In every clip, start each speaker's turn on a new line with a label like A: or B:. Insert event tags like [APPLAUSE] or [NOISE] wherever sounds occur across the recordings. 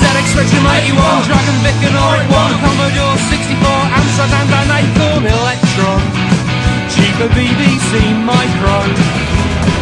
A: ZX Spectrum 81, Dragon Vic and Oric 1, Commodore 64, Amsterdam Dan 84, Electron, cheaper BBC Micro.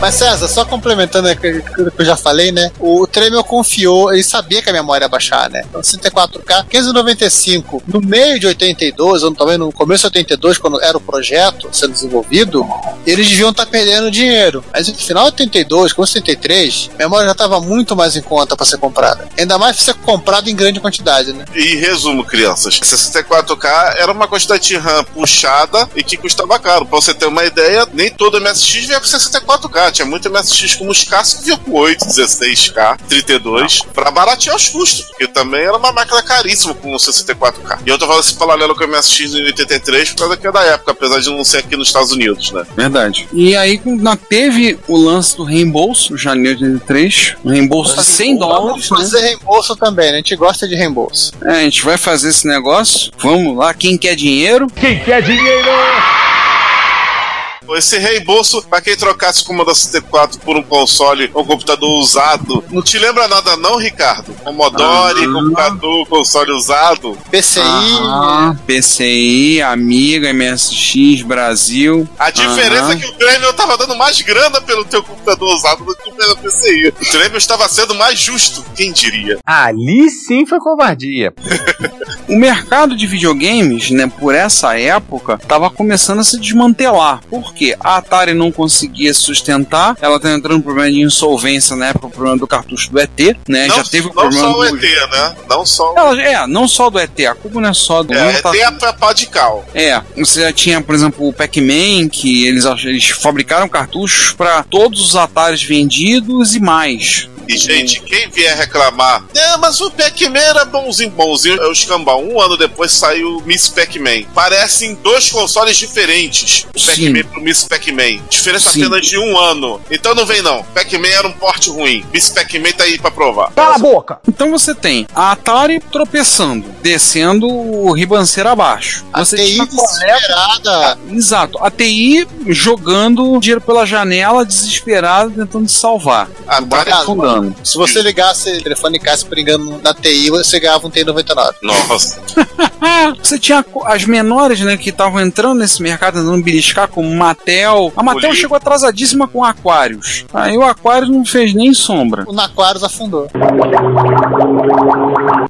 B: Mas César, só complementando aquilo que eu já falei, né? O Tremel confiou, ele sabia que a memória ia baixar, né? Então, 64K, 1595, no meio de 82, ou também no começo de 82, quando era o projeto sendo desenvolvido, eles deviam estar perdendo dinheiro. Mas no final de 82, com 73, a memória já estava muito mais em conta para ser comprada. Ainda mais se ser comprado em grande quantidade, né?
C: E resumo, crianças, 64K era uma quantidade de RAM puxada e que custava caro. Pra você ter uma ideia, nem todo MSX vinha com 64K. Tinha muito MSX como os K que vinha com 8, 16K, 32, pra baratear os custos, porque também era uma máquina caríssima com 64K. E eu tô falando esse paralelo com o MSX em 83 por causa que é da época, apesar de não ser aqui nos Estados Unidos, né?
D: Verdade. E aí quando nós teve o lance do reembolso, em janeiro de 83, o reembolso tá 100 dólares, né?
B: Então, Fazer reembolso também, né? A gente gosta de reembolso.
D: É, a gente vai fazer esse negócio, vamos lá, quem quer dinheiro?
C: Esse reembolso, pra quem trocasse o Commodore 64 por um console ou um computador usado, não te lembra nada não, Ricardo? Commodore,
D: Ah.
C: computador, um console usado.
B: PCI,
D: Ah, PCI, Amiga, MSX, Brasil.
C: A diferença
D: Aham.
C: é que o Grêmio tava dando mais grana pelo teu computador usado do que pela PCI. O Grêmio estava sendo mais justo, quem diria?
E: Ali sim foi covardia.
D: O mercado de videogames, né, por essa época, estava começando a se desmantelar. Por quê? A Atari não conseguia se sustentar, ela tá entrando no problema de insolvência na época, o problema do cartucho do ET, né?
C: não
D: já teve o
C: não
D: problema
C: só o
D: do...
C: ET, né? Não só o...
D: Ela, é, não só do ET, a culpa não é só do
C: É,
D: não tá-
C: ET é a pá de cal.
D: É, você já tinha, por exemplo, o Pac-Man, que eles, ach- eles fabricaram cartuchos para todos os Ataris vendidos e mais.
C: E, gente, quem vier reclamar, é, mas o Pac-Man era bonzinho, bonzinho, é o escambau. Um ano depois saiu o Miss Pac-Man. Parecem dois consoles diferentes, o
D: Sim.
C: Pac-Man pro Miss Pac-Man. Diferença
D: Sim.
C: apenas de um ano. Então não vem não, Pac-Man era um porte ruim. Miss Pac-Man tá aí pra provar.
E: Cala a boca!
D: Então você tem a Atari tropeçando, descendo o ribanceira abaixo.
B: a
D: Você
B: TI
D: tinha
B: desesperada.
D: Exato. A TI jogando dinheiro pela janela, desesperada, tentando se salvar.
C: Ah,
D: Vai
B: Cara,
D: afundando.
B: Se você ligasse o telefone e casse pringando na TI, você ganhava um TI-99.
C: Nossa.
B: É.
D: Ah, você tinha co- as menores, né, que estavam entrando nesse mercado, tentando beliscar como Matel. A Matel
C: Olhei.
D: chegou atrasadíssima com Aquários. Aí o Aquários não fez nem sombra.
B: O Naquarus afundou.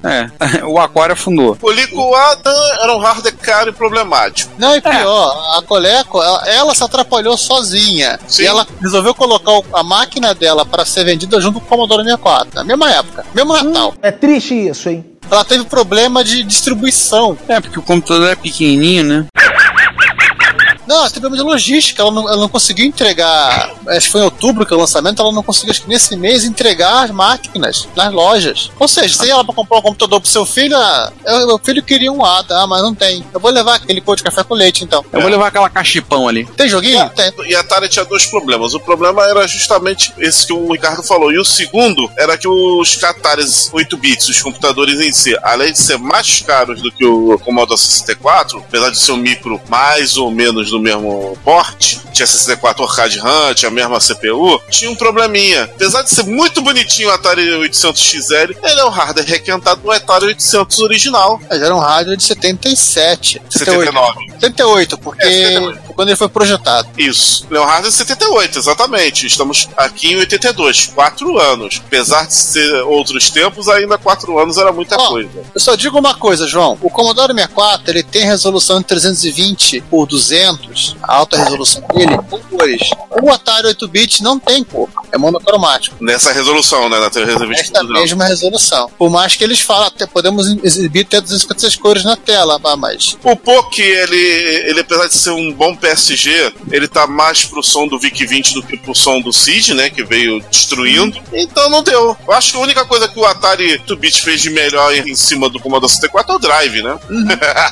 D: É, [LAUGHS] o Aquário afundou.
C: O Licuada era um hardware caro e problemático.
B: Não, e pior, a Coleco, ela, ela se atrapalhou sozinha.
C: Sim.
B: E ela resolveu colocar o- a máquina dela para ser vendida junto com o Commodore 64, na mesma época, mesmo Natal.
E: É triste isso, hein?
B: Ela teve problema de distribuição.
D: É, porque o computador é pequenininho, né?
B: Não, ela teve problema de logística. Ela não, ela não conseguiu entregar. Acho que foi em outubro que é o lançamento. Ela não conseguiu, acho que nesse mês, entregar as máquinas nas lojas. Ou seja, você ia lá pra comprar um computador pro seu filho, ah, eu- meu filho queria um ADA, ah, mas não tem. Eu vou levar aquele pão de café com leite, então.
D: Eu vou levar aquela cachipão ali.
B: Tem joguinho? Tem.
C: E a Atari tinha dois problemas. O problema era justamente esse que o Ricardo falou. E o segundo era que os Ataris 8 bits, os computadores em si, além de ser mais caros do que o Commodore 64, apesar de ser um micro mais ou menos do mesmo porte, tinha 64K de RAM, tinha a mesma CPU, tinha um probleminha. Apesar de ser muito bonitinho o Atari 800 XL, ele é um hardware requentado do Atari 800 original,
B: Mas era um rádio de 77.
C: 79.
B: 78, porque
C: É, 78.
B: quando ele foi projetado.
C: Isso. Leonardo é 78, exatamente. Estamos aqui em 82, quatro anos. Apesar de ser outros tempos, ainda quatro anos era muita
B: Ó.
C: coisa.
B: Eu só digo uma coisa, João. O Commodore 64, ele tem resolução de 320 por 200, a alta resolução dele, com cores. O Atari 8-bit não tem cor. É monocromático.
C: Nessa resolução, né? Na TV
B: Esta
C: 22 graus.
B: mesma resolução. Por mais que eles falam, até podemos exibir até 256 cores na tela, ah, mas
C: O Poki, ele, ele, apesar de ser um bom PSG, ele tá mais pro som do Vic 20 do que pro som do Cid, né? Que veio
B: Hum.
C: destruindo. Então não deu. Eu acho que a única coisa que o Atari 2-bit fez de melhor em cima do Commodore 64 é o Drive, né?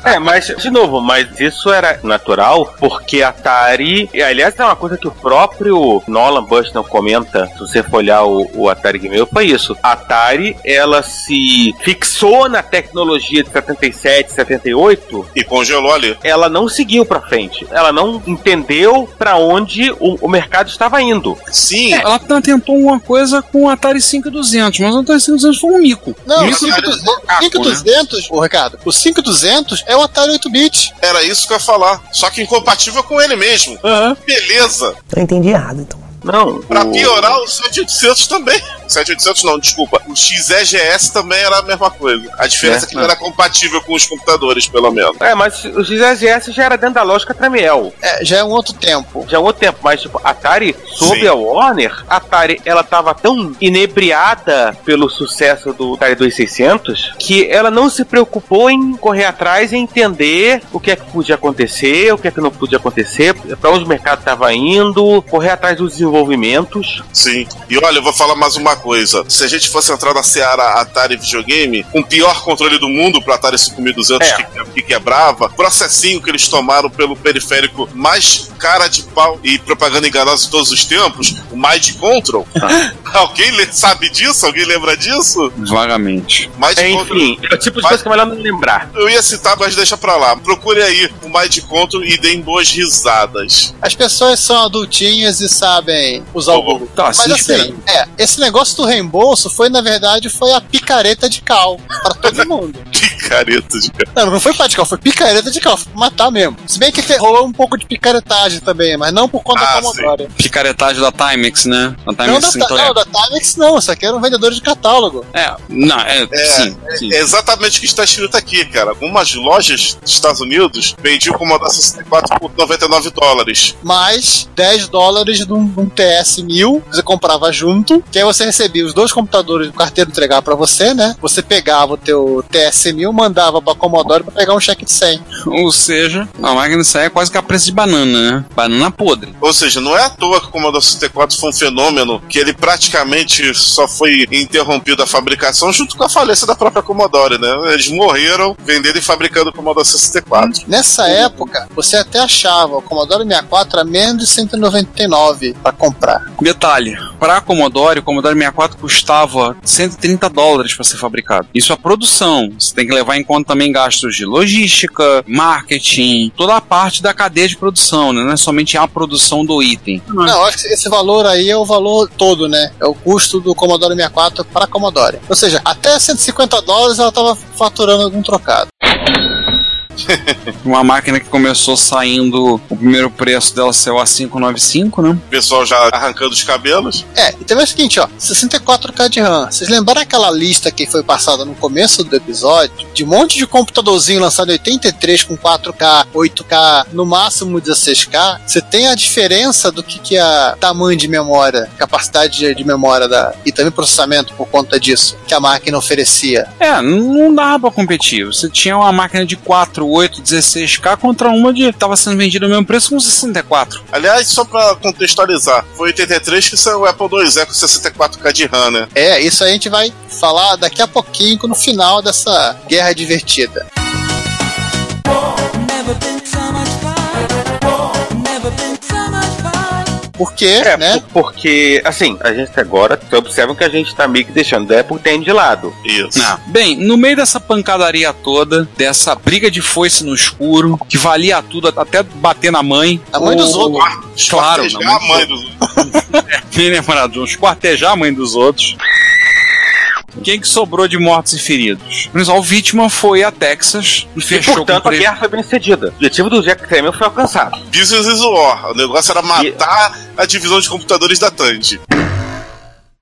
F: É, mas, de novo, mas isso era natural porque a Atari. e, Aliás, é uma coisa que o próprio Nolan Bushnell comenta, se você for olhar o, o Atari Game, foi isso. A Atari, ela se fixou na tecnologia de 77, 78
C: E congelou ali.
F: ela não seguiu pra frente. Ela não entendeu pra onde o, o mercado estava indo.
C: Sim.
D: É, Ela t- tentou uma coisa com o Atari 5200, mas o Atari 5200 foi um mico.
B: Não, o
C: Isso é
B: 5200,
C: macaco,
B: 5200, ô Ricardo, o 5200 é o Atari 8-bit.
C: Era isso que eu ia falar. Só que incompatível com ele mesmo. Beleza.
G: Eu entendi errado, então.
F: Não.
C: Pra
F: o-
C: piorar, o 7800 também. 7800 não, desculpa. O XEGS também era a mesma coisa. A diferença é,
D: É,
C: que não era compatível com os computadores, pelo menos.
F: É, mas o XGS já era dentro da lógica Tramiel.
B: É, já é um outro tempo.
F: Já há um outro tempo, mas tipo, a Atari sob
C: Sim.
F: a Warner, a Atari ela tava tão inebriada pelo sucesso do Atari 2600 que ela não se preocupou em correr atrás e entender o que é que podia acontecer, o que é que não podia acontecer, pra onde o mercado estava indo, correr atrás dos desenvolvimentos.
C: Sim. E olha, eu vou falar mais uma coisa. Se a gente fosse entrar na Seara Atari Videogame, com o pior controle do mundo pro Atari 5200
F: É.
C: que, que quebrava, processinho que eles tomaram pelo periférico mais cara de pau e propaganda enganosa de todos os tempos, o Mind Control. [LAUGHS] Alguém le- sabe disso? Alguém lembra disso?
D: Vagamente.
C: Mind Control
F: Enfim, é o tipo de coisa que é melhor não lembrar.
C: Eu ia citar, mas deixa pra lá. Procure aí o Mind Control e deem boas risadas.
B: As pessoas são adultinhas e sabem usar o um Google.
D: Tá,
B: Mas
D: se
B: assim,
D: esperando.
B: é, esse negócio do reembolso foi, na verdade, foi a picareta de cal para todo mundo.
C: Picareta de cara.
B: Não, não foi pra de cal, foi picareta de cal, foi pra matar mesmo. Se bem que te- rolou um pouco de picaretagem também, mas não por conta
C: Ah,
B: da Commodore.
D: Picaretagem da Timex, né? A
B: Não,
D: Timex
B: da, Ta-
D: então,
B: não, da Timex não, isso aqui era um vendedor de catálogo.
D: é, não, é, sim, sim.
C: É exatamente o que está escrito aqui, cara. Algumas lojas dos Estados Unidos vendiam o Commodore 64 por 99 dólares.
B: mais 10 dólares um, num, num TS-1000, você comprava junto, que aí você recebia os dois computadores do carteiro entregar pra você, né? Você pegava o teu TS-1000, mandava pra Commodore pra pegar um cheque de 100.
D: Ou seja, a máquina sai é quase que a preço de banana, né? Banana podre.
C: Ou seja, não é à toa que o Commodore 64 foi um fenômeno que ele praticamente só foi interrompido a fabricação junto com a falência da própria Commodore, né? Eles morreram vendendo e fabricando o Commodore 64.
B: Nessa época, você até achava o Commodore 64 a menos de 199 pra comprar.
D: Detalhe, pra Commodore, o Commodore 64 custava 130 dólares para ser fabricado. Isso é produção. Você tem que levar em conta também gastos de logística, marketing, toda a parte da cadeia de produção, né? Não é somente a produção do item.
B: Não, acho que esse valor aí é o valor todo, né? É o custo do Commodore 64 pra Commodore. Ou seja, até 150 dólares ela tava faturando algum trocado.
D: Uma máquina que começou saindo, o primeiro preço dela saiu a 595, né?
C: O pessoal já arrancando os cabelos.
B: É, e também é o seguinte, ó, 64K de RAM. Vocês lembraram aquela lista que foi passada no começo do episódio? De um monte de computadorzinho lançado em 83 com 4K, 8K, no máximo 16K. Você tem a diferença do que, que a tamanho de memória, capacidade de, de memória da, e também processamento por conta disso, que a máquina oferecia.
D: É, não dava pra competir. Você tinha uma máquina de 4, 8, 16K contra uma de que tava sendo vendida ao mesmo preço com 64.
C: Aliás, só pra contextualizar, foi em 83 que saiu o Apple IIe com 64K de RAM, né?
B: É, isso aí a gente vai falar daqui a pouquinho no final dessa guerra divertida. Porque,
F: É,
B: né?
F: por- porque, assim, a gente agora, vocês observam que a gente tá meio que deixando a Apple tem de lado.
C: Isso.
D: Ah, Bem, no meio dessa pancadaria toda, dessa briga de foice no escuro, que valia tudo até bater na mãe.
B: A mãe dos
D: o-
B: outros.
D: Claro,
C: Esquartejar
D: não,
C: a mãe
D: mas-
C: do...
D: [LAUGHS] Bem lembrado, esquartejar a mãe dos outros. Quem que sobrou de mortos e feridos? A principal vítima foi a Texas e
F: E,
D: fechou
F: portanto, é-
D: com
F: a
D: pre-
F: guerra foi bem cedida. O objetivo do Jack Tramiel foi alcançado.
C: Business is War. O negócio era matar a divisão de computadores da Tandy.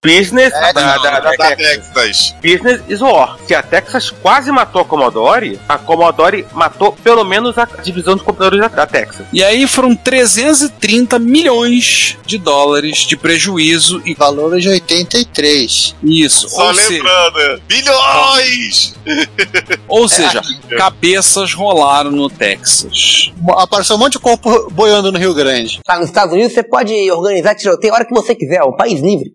F: Business
B: É,
F: da,
B: não,
F: da- da
C: Da
F: Texas.
C: Texas.
F: Business is War. Se a Texas quase matou a Commodore, a Commodore matou pelo menos a divisão de computadores da, da Texas.
D: E aí foram 330 milhões de dólares de prejuízo e
B: Valor de 83.
D: isso.
C: Só
D: ou seja,
C: lembrando, é, bilhões!
D: ou seja, cabeças rolaram no Texas.
B: Mo- Apareceu um monte de corpo boiando no Rio Grande.
G: Tá, nos Estados Unidos você pode organizar tiroteio a hora que você quiser, é um país livre.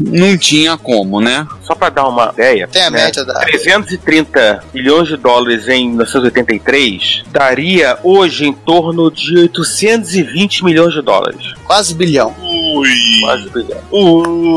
D: Não tinha como, né?
F: Só para dar uma ideia,
B: Tem a
F: né,
B: média da.
F: 330 milhões de dólares em 1983 daria hoje em torno de 820 milhões de dólares.
B: Quase bilhão.
C: Ui!
F: Quase um bilhão.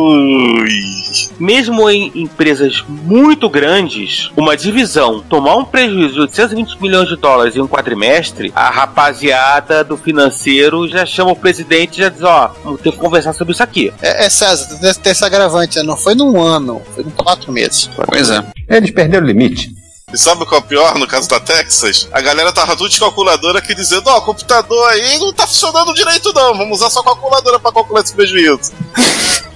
C: Ui!
F: Mesmo em empresas muito grandes, uma divisão tomar um prejuízo de 820 milhões de dólares em um quadrimestre, a rapaziada do financeiro já chama o presidente e já diz: Ó, vamos ter que conversar sobre isso aqui.
B: É, é, César, tem- tem esse agravante, né? Não foi num ano, foi em quatro meses.
D: Pois é.
E: Eles perderam o limite.
C: E sabe o que é o pior no caso da Texas? A galera tava tudo de calculadora aqui dizendo: Ó, o computador aí não tá funcionando direito, não. Vamos usar só a calculadora pra calcular esse prejuízo.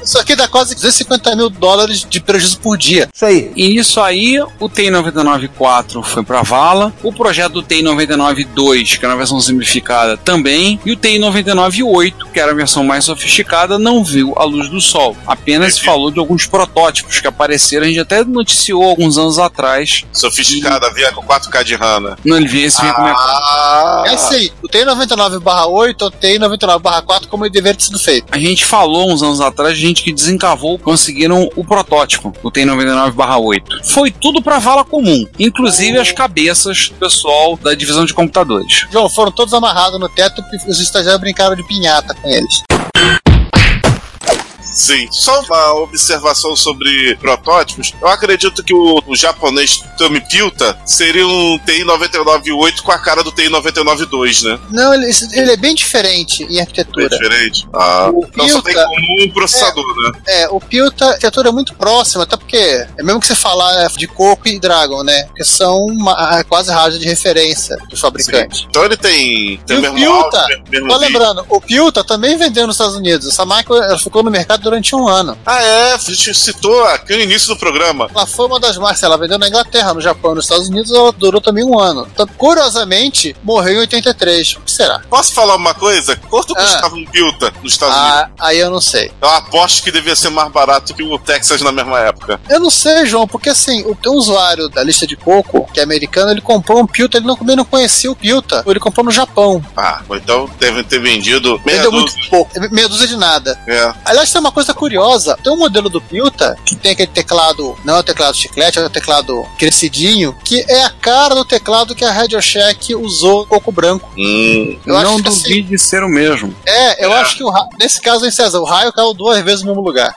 B: Isso aqui dá quase 250 mil dólares de prejuízo por dia.
E: Isso aí.
D: E nisso aí, o TI 99.4 foi pra vala, o projeto do TI 99.2, que era a versão simplificada, também, e o TI 99.8, que era a versão mais sofisticada, não viu a luz do sol. Apenas falou de alguns protótipos que apareceram, a gente até noticiou alguns anos atrás,
C: Sofisticada, via com 4K de RAM. né?
D: no LVS vinha comentar.
C: Ah,
B: É assim, o TI 99/8 ou TI 99/4 como ele deveria ter sido feito.
D: A gente falou uns anos atrás, gente que desencavou, conseguiram o protótipo do T99-8. Foi tudo pra vala comum, inclusive as cabeças do pessoal da divisão de computadores.
B: João, foram todos amarrados no teto e os estagiários brincaram de pinhata com eles.
C: Sim. Só uma observação sobre protótipos. Eu acredito que o, o japonês Tami Pilta seria um TI 99.8 com a cara do TI 99.2, né?
B: Não, ele, ele é bem diferente em
C: É
B: arquitetura.
C: diferente. Ah,
B: O
C: então só tem
B: Pilta-
C: comum um processador, né?
B: É, o Pilta, a arquitetura é muito próxima, até porque é mesmo que você falar é, de Coco e Dragon, né? Que são uma- a- quase rádio de referência dos fabricantes.
C: Então ele tem,
B: E
C: tem o
B: o
C: mesmo
B: Pilta?
C: áudio, mesmo
B: Só
C: vídeo.
B: lembrando, o Pilta também vendeu nos Estados Unidos. Essa marca ela ficou no mercado durante um ano.
C: Ah, é, a gente citou aqui no início do programa.
B: Ela foi uma das marcas, ela vendeu na Inglaterra, no Japão, nos Estados Unidos, ela durou também um ano. Então, curiosamente, morreu em 83. O que será?
C: Posso falar uma coisa? Quanto
B: Ah.
C: custava um Pilta nos Estados Unidos?
B: Ah, aí eu não sei.
C: Eu aposto que devia ser mais barato que o Texas na mesma época.
B: Eu não sei, João, porque assim, o teu usuário da lista de coco, que é americano, ele comprou um Pilta, ele não, ele não conhecia o Pilta, ele comprou no Japão.
C: Ah, ou então devem ter vendido meia
B: Vendeu
C: dúzia.
B: muito pouco, meia dúzia de nada.
C: É.
B: Aliás, tem uma coisa curiosa: tem um modelo do Pilta, que tem aquele teclado, não é o teclado chiclete, é o teclado crescidinho, que é a cara do teclado que a Radio Shack usou coco branco.
C: Hum,
B: Eu acho
D: não
B: que assim-
D: duvide de ser o mesmo.
B: É, eu
C: É.
B: acho que o ra- nesse caso, hein, César, o raio caiu duas vezes no mesmo lugar.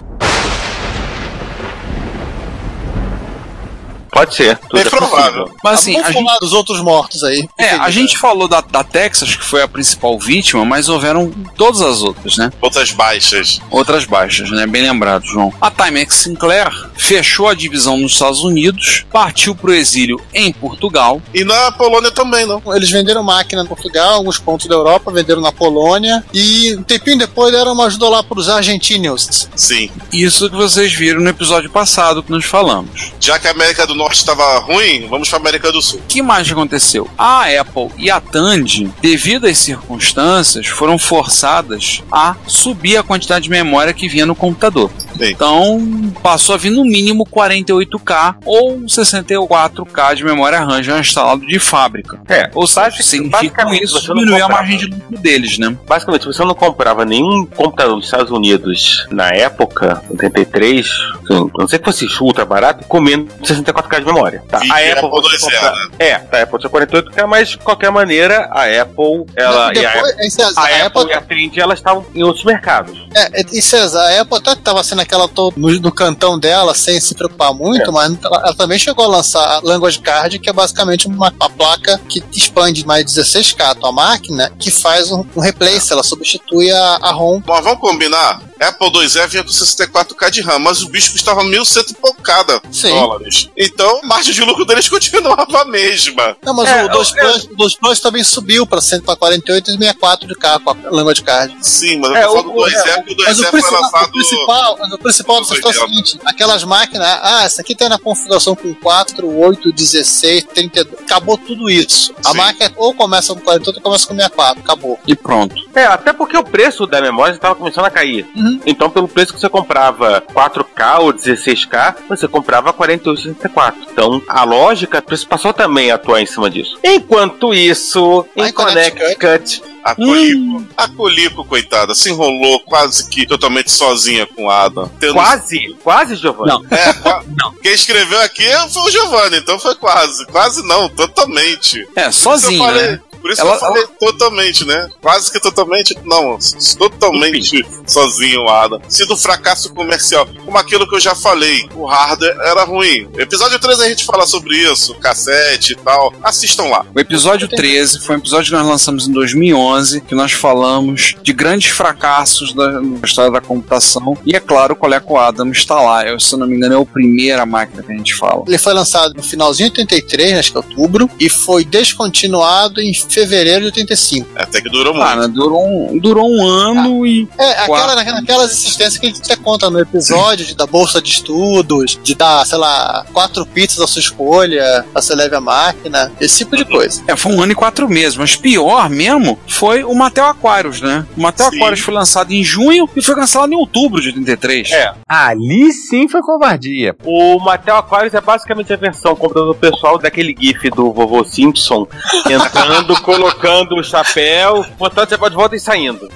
F: Pode ser. tudo
C: é provável.
F: possível.
D: Mas assim,
B: Tá bom
D: a gente,
B: falar dos outros mortos aí.
D: é, a
B: Entendi. né?
D: gente falou da, da Texas, que foi a principal vítima, mas houveram todas as outras, né?
C: Outras baixas.
D: Outras baixas, né? Bem lembrado, João. A Timex Sinclair fechou a divisão nos Estados Unidos, partiu pro exílio em Portugal,
C: E na Polônia também, não.
B: Eles venderam máquina em Portugal, alguns pontos da Europa, venderam na Polônia. E um tempinho depois deram uma ajuda lá para os argentinos.
C: Sim.
D: Isso que vocês viram no episódio passado que nós falamos.
C: Já que a América do Norte estava ruim, vamos pra América do Sul.
D: O que mais aconteceu? A Apple e a Tandy, devido às circunstâncias, foram forçadas a subir a quantidade de memória que vinha no computador.
C: Sim.
D: Então, passou a vir no mínimo 48K ou 64K de memória RAM já instalado de fábrica.
F: É,
D: Ou seja,
F: basic-
D: significa com
F: basicamente,
D: isso
F: você não
D: diminuir a
F: comprava.
D: margem de lucro deles, né?
F: Basicamente, se você não comprava nenhum computador nos Estados Unidos na época, 83, assim, a não sei que fosse ultra barato, comendo 64K de memória. Tá,
C: E
F: a Apple
C: Apple
F: você
C: 2
F: compra- É, tá, a Apple tinha 48K, mas de qualquer maneira, a Apple, ela.
B: Mas
F: e a Apple-
B: depois, hein, César,
F: a, Apple, e a Trend, elas estavam em outros mercados.
B: É, e César, a Apple até estava sendo aquela to- no, no cantão dela, sem se preocupar muito,
F: É.
B: mas ela, ela também chegou a lançar a Language Card, que é basicamente uma, uma placa que expande mais 16K a tua máquina, que faz um, um replace, ela substitui a, a ROM.
C: Mas vamos combinar? Apple IIe vinha com 64K de RAM, mas o bicho custava 1.100 e poucada
B: Sim.
C: dólares. Então, a margem de lucro deles [LAUGHS] continuava a mesma.
B: Não, mas
C: É,
B: o 2
C: eu-
B: Plus, o 2 Plus também subiu pra 148 e 64 de carro com a lâmpada de card.
C: Sim, mas eu
B: É,
C: tô
B: o-
C: falando do 2E, porque o
B: Mas o
C: 2E foi
B: principal, o
C: lançado...
B: principal, mas o principal dessa história é o seguinte: aquelas máquinas, ah, essa aqui tem na configuração com 4, 8, 16, 32. Acabou tudo isso. A
C: Sim.
B: máquina ou começa com 48 ou começa com 64. Acabou.
D: E pronto.
F: É, até porque o preço da memória já estava começando a cair.
D: Uhum.
F: Então, pelo preço que você comprava 4K ou 16K, você comprava 4864. Então, a lógica passou também a atuar em cima disso. Enquanto isso,
B: Lá
F: em
B: em Connecticut-
F: Connecticut,
C: A Colico,
B: Hum.
C: a Colico, coitada, se enrolou quase que totalmente sozinha com o Adam. Tendo-
F: quase, quase, Giovanni.
D: Não.
C: É, qua- Quem escreveu aqui foi o Giovanni, então foi quase. Quase não, totalmente.
D: É,
C: Por isso que eu
D: sozinho,
C: falei-
D: né?
C: Por isso
D: Ela-
C: que eu falei totalmente, né? Quase que totalmente. Não, s- s- totalmente sozinho, Adam. Sido um fracasso comercial. Como aquilo que eu já falei, o hardware era ruim. Episódio 3 a gente fala sobre isso, cassete e tal. Assistam lá.
D: O episódio 13 foi um episódio que nós lançamos em 2011, que nós falamos de grandes fracassos da, da história da computação. E é claro, o Coleco Adam está lá. Eu, se eu não me engano, é a primeira máquina que a gente fala.
B: Ele foi lançado no finalzinho de 83, acho que é outubro, e foi descontinuado em fevereiro de 85.
C: É, Até que durou muito.
D: Ah, né? durou, um, durou um ano e.
B: É, aquela,
D: Quatro.
B: aquelas insistências que a gente até conta no episódio, de dar bolsa de estudos, de dar, sei lá, quatro pizzas à sua escolha, pra você leve a máquina, esse tipo de coisa.
D: É, foi um ano e quatro meses. Mas pior mesmo foi o Mattel Aquarius, né? O Mattel
C: Sim.
D: Aquarius foi lançado em junho e foi cancelado em outubro de 83.
F: É.
E: Ali sim foi covardia.
F: O Mattel Aquarius é basicamente a versão computador pessoal daquele GIF do
D: [LAUGHS]
F: vovô Simpson entrando, colocando o chapéu, botando o chapéu de volta e saindo.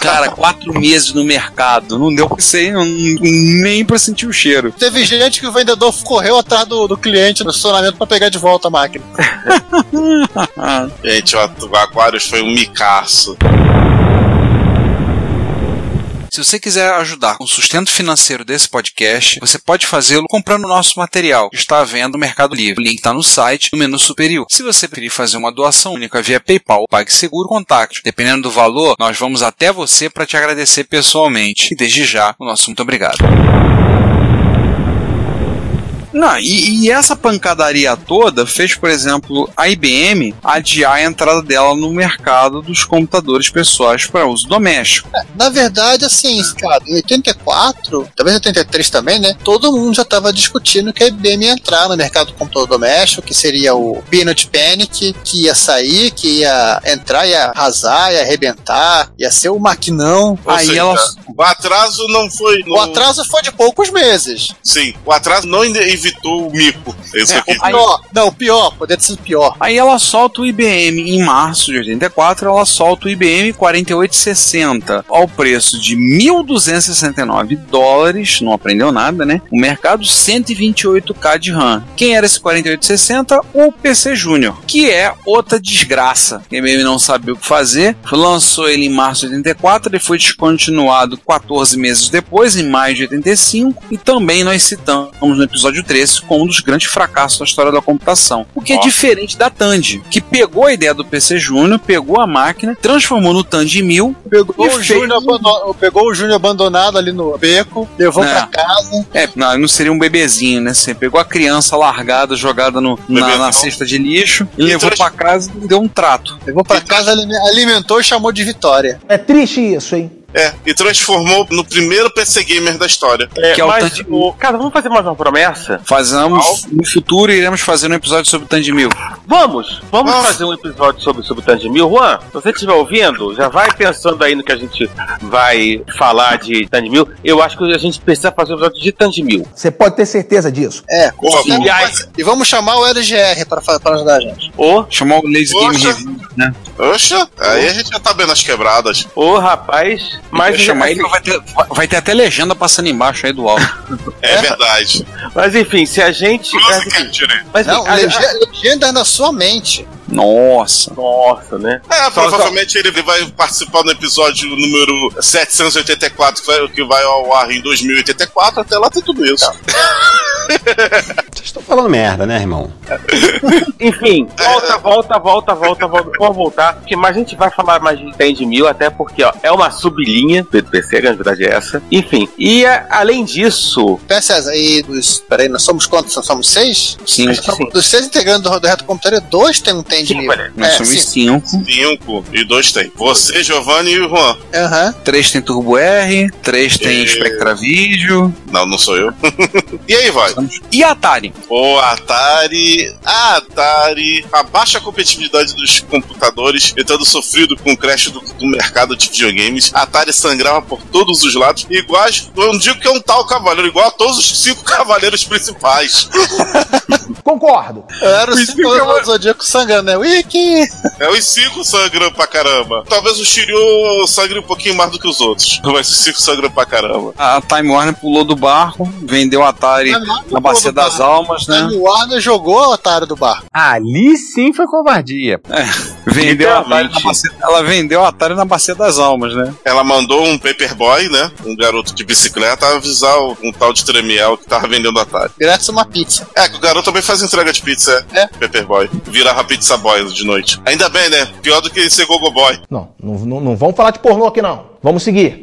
D: Cara, quatro meses no mercado. Não deu pra ser, não- nem pra sentir o cheiro.
B: Teve gente que o vendedor correu atrás do, do cliente no estacionamento pra pegar de volta a máquina.
D: Ah,
C: Gente, o Atu- o Aquarius foi um micaço.
D: Se você quiser ajudar com o sustento financeiro desse podcast, você pode fazê-lo comprando o nosso material, que está à venda no Mercado Livre. O link está no site, no menu superior. Se você preferir fazer uma doação única via PayPal ou PagSeguro, contate. Dependendo do valor, nós vamos até você para te agradecer pessoalmente. E desde já, o nosso muito obrigado. Não, e, e essa pancadaria toda fez, por exemplo, a IBM adiar a entrada dela no mercado dos computadores pessoais para uso doméstico.
B: Na verdade, assim, cara, em 84, talvez em 83 também, né? Todo mundo já tava discutindo que a IBM ia entrar no mercado do computador doméstico, que seria o Peanut Panic, que ia sair, que ia entrar, ia arrasar, ia arrebentar, ia ser o maquinão.
C: Ou
D: Aí
C: seja,
D: ela
C: O atraso não foi.
B: O atraso foi de poucos meses.
C: Sim, o atraso não ainda evitou o mico. É Isso
D: É,
C: aqui.
D: Aí-
B: Pior, não, pior, poderia ter sido pior.
D: Aí ela solta o IBM em março de 84, ela solta o IBM 4860 ao preço de 1.269 dólares, não aprendeu nada, né? O mercado 128k de RAM. Quem era esse 4860? O PC Júnior, que é outra desgraça. A IBM não sabia o que fazer, lançou ele em março de 84, ele foi descontinuado 14 meses depois, em maio de 85, e também nós citamos no episódio 13 como um dos grandes fracassos da história da computação. O que é
C: Ó.
D: diferente da Tandy, que pegou a ideia do PC Júnior, pegou a máquina, transformou no Tandy 1000, pegou
B: O Júnior abandon- pegou o Júnior abandonado ali no beco, levou
D: É.
B: pra casa.
D: É, não, não seria um bebezinho, né? Você pegou a criança largada, jogada no, na,
C: Um Bebezão.
D: na cesta de lixo, e
C: E
D: levou
C: trans-
D: pra casa e deu um trato.
B: Levou pra casa, alime- alimentou e chamou de Vitória.
E: É triste isso, hein?
C: É, e transformou no primeiro PC Gamer da história.
D: Que é o
F: mas,
D: tanto de-
F: o- cara, vamos fazer mais uma promessa?
D: Fazemos, no futuro iremos fazer um episódio sobre o Tandy 1000.
F: Vamos! Vamos
C: Nossa.
F: fazer um episódio sobre, sobre o Tandemil. Juan, se você estiver ouvindo, já vai pensando aí no que a gente vai falar de Tandemil. Eu acho que a gente precisa fazer um episódio de Tandemil.
E: Você pode ter certeza disso.
B: É,
C: Por favor.
B: e, aí- e vamos chamar o LGR pra, fa- pra ajudar a gente.
F: Ô,
D: Chamar o Lazy Game
C: Poxa.
D: Review, né?
C: Oxa, aí a gente já tá vendo as quebradas.
F: ô, rapaz, mas,
D: Vai chamar ele,
F: assim,
D: vai ter, vai- vai ter até legenda passando embaixo aí do alto.
C: É, verdade.
F: mas enfim, se a gente. É.
C: Música, direito.
F: Mas,
B: Não,
F: enfim, a-
B: lege- legendas na é sua mente.
D: [LAUGHS] Nossa.
F: Nossa, né?
C: É,
F: Só- só-
C: provavelmente ele vai participar no episódio número 784, que vai, que vai ao ar em 2084. Até lá tem tudo isso.
H: Vocês estão falando merda, né, irmão?
F: Enfim, volta, volta, volta, volta, volta. Vamos voltar. Porque mais a gente vai falar mais de 10 de mil, até porque ó, é uma sublinha do PC, a grande verdade é essa. Enfim, e a- além disso,
B: Pera, César, e dos. Peraí, nós somos quantos? Nós somos seis?
D: Cinco.
F: sim,
B: Dos seis integrantes do, do Reto Computador, dois tem um tende
F: Cinco,
B: mil.
F: né?
D: Nós somos
B: sim.
D: cinco.
C: Cinco e dois tem. Você, Giovanni e o Juan.
B: Aham.
D: Três tem Turbo R, três tem
C: E-
D: Spectra Video.
C: Não, não sou eu. [LAUGHS] e aí, vai?
D: E Atari?
C: O Atari. A Atari. A baixa competitividade dos computadores, entrando sofrido com o crash do, do mercado de videogames. A Atari sangrava por todos os lados. Iguais. Eu não digo que é um tal cavaleiro, igual a todos os cinco [LAUGHS] cavaleiros principais.
E: Concordo.
B: Eu era o cinco do Zodíaco sangrando, né? Wiki!
C: É os cinco sangram pra caramba. Talvez o Shiryu sangre um pouquinho mais do que os outros. [LAUGHS] Mas os cinco sangram pra caramba.
D: A Time Warner pulou do barco, vendeu a Atari
B: Mas não
D: na
B: pulou
D: Bacia
B: do barco.
D: das Almas, né?
B: O Warner jogou o otário do barco.
E: Ali sim foi covardia.
D: Vendeu a Atari na
F: Literalmente.
D: Bacia, ela vendeu a Atari na Bacia das Almas, né?
C: Ela mandou um paperboy, né? Um garoto de bicicleta avisar o- um tal de Tremiel que tava vendendo Atari.
B: Grátis uma pizza.
C: É, que o garoto também faz entrega de pizza,
B: É.
C: Paperboy. Virava pizza boy de noite. Ainda bem, né? Pior do que ser gogo boy.
E: Não, não, não, não vamos falar de pornô aqui não. Vamos seguir.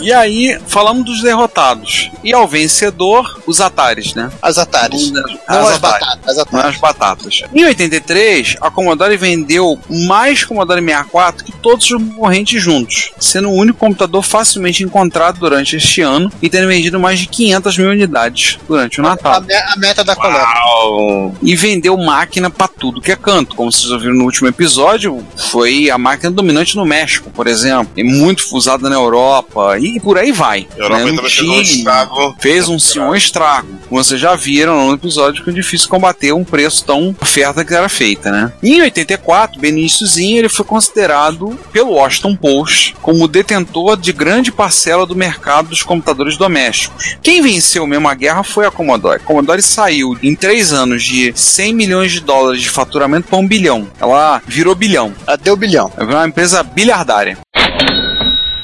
D: E aí, falamos dos derrotados. E ao vencedor, os Ataris, né?
B: As Atares. é Não é
D: As
B: as,
D: Atari.
B: batatas, as
D: Não é
B: Atares.
D: as batatas. Em 83, a Commodore vendeu mais Commodore 64 que todos os concorrentes juntos, sendo o único computador facilmente encontrado durante este ano e tendo vendido mais de 500 mil unidades durante o
B: A,
D: Natal.
B: me- a meta da coleta.
C: Au.
D: E vendeu máquina pra tudo que é canto. Como vocês ouviram no último episódio, foi a máquina dominante no México, por exemplo, e muito usada na Europa, e por aí vai.
C: A Europa
D: né? No
C: também fez um
D: Chile,
C: estrago.
D: fez um senhor estrago. Como Vocês já viram no episódio que é difícil combater um preço tão oferta que era feita, né? Em 84, Beníciozinho ele foi considerado pelo Washington Post como o detentor de grande parcela do mercado dos computadores domésticos. Quem venceu mesmo a guerra foi a Commodore. A Commodore saiu em três anos de 100 milhões de dólares de faturamento para um bilhão. Ela virou bilhão.
B: Ah, Deu bilhão.
D: É uma empresa bilhardária.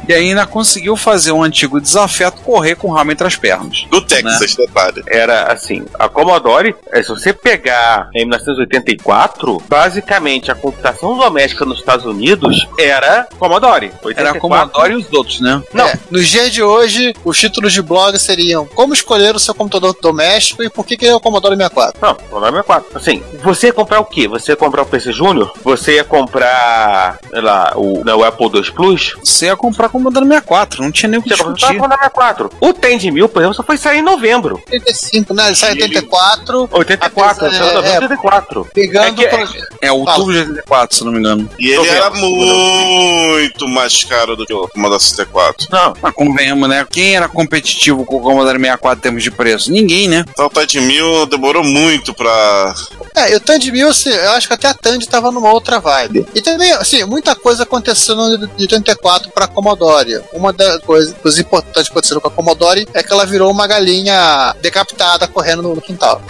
D: E ainda conseguiu fazer um antigo desafeto correr com o ramo entre as pernas.
C: Do Texas,
D: Né?
C: detalhe.
F: era assim: a Commodore, eh, se você pegar em 1984, basicamente a computação doméstica nos Estados Unidos era Commodore. 84.
D: Era a Commodore e os outros, né?
F: Não.
B: É, nos dias de hoje, os títulos de blog seriam Como escolher o seu computador doméstico e por que, que ele é o Commodore 64.
F: Não, Commodore 64. Assim, você ia comprar o quê? Você ia comprar o PC Júnior? Você ia comprar, sei lá, o, não, o Apple II Plus?
D: Você ia comprar Commodore 64, não tinha nem o que
F: Você ia comprar o
D: discutir.
F: Commodore 64. O Ten de mil, por exemplo, só foi sair em novembro.
B: 85, né? Ele sai em
C: E ele-
B: 84,
F: 84,
B: Ah,
F: saiu em novembro de
B: é,
F: 84.
B: pegando...
F: É que-
B: pro-
D: É o
B: Fala.
D: Turbo de 84, se não me engano.
C: E ele
F: Tô
C: era
F: vendo.
C: muito mais caro do que o Commodore 64.
F: Não,
D: Mas convenhamos, né? Quem era competitivo com o Commodore 64 em termos de preço? Ninguém, né?
C: Então o Tide Mil demorou muito pra.
B: É, e o Tandy Mil, assim, eu acho que até a Tandy tava numa outra vibe. E também, assim, muita coisa aconteceu no- de 84 pra Commodore. Uma das coisas coisas importantes que aconteceram com a Commodore é que ela virou uma galinha decapitada correndo no, no quintal.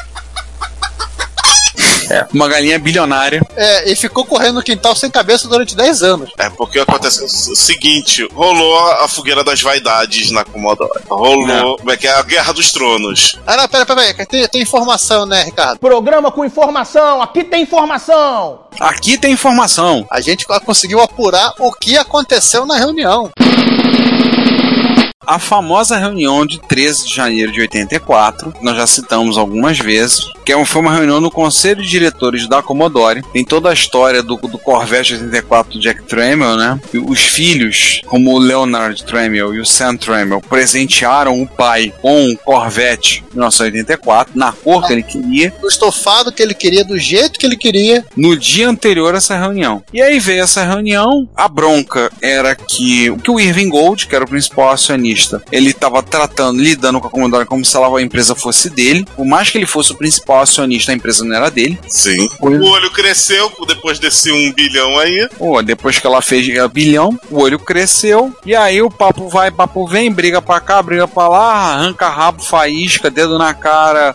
D: Uma galinha bilionária.
B: É, e ficou correndo no quintal sem cabeça durante 10 anos.
C: É porque aconteceu o seguinte: rolou a a fogueira das vaidades na Commodore. Rolou. Como é que é? A Guerra dos Tronos.
B: Ah, não, pera, pera, pera. Tem, tem informação, né, Ricardo?
E: Programa com informação. Aqui tem informação.
D: Aqui tem informação.
B: A gente conseguiu apurar o que aconteceu na reunião.
D: A famosa reunião de 13 de janeiro de 84, nós já citamos algumas vezes, que é um- foi uma reunião no Conselho de Diretores da Commodore. Tem toda a história do, do Corvette 84 do Jack Tramiel, né? E os filhos, como o Leonard Tramiel e o Sam Tramiel, presentearam o pai com um Corvette 1984, na cor que ele queria,
B: O estofado que ele queria, do jeito que ele queria.
D: no dia anterior a essa reunião. E aí veio essa reunião, a bronca era que, que o Irving Gold, que era o principal acionista, ele estava tratando, lidando com a Commodore como se ela, a empresa fosse dele. Por mais que ele fosse o principal acionista, a empresa não era dele.
C: Sim. O olho cresceu depois desse um bilhão aí.
D: Pô, depois que ela fez a bilhão, o olho cresceu, e aí o papo vai, papo vem, briga pra cá, briga pra lá, arranca rabo, faísca, dedo na cara.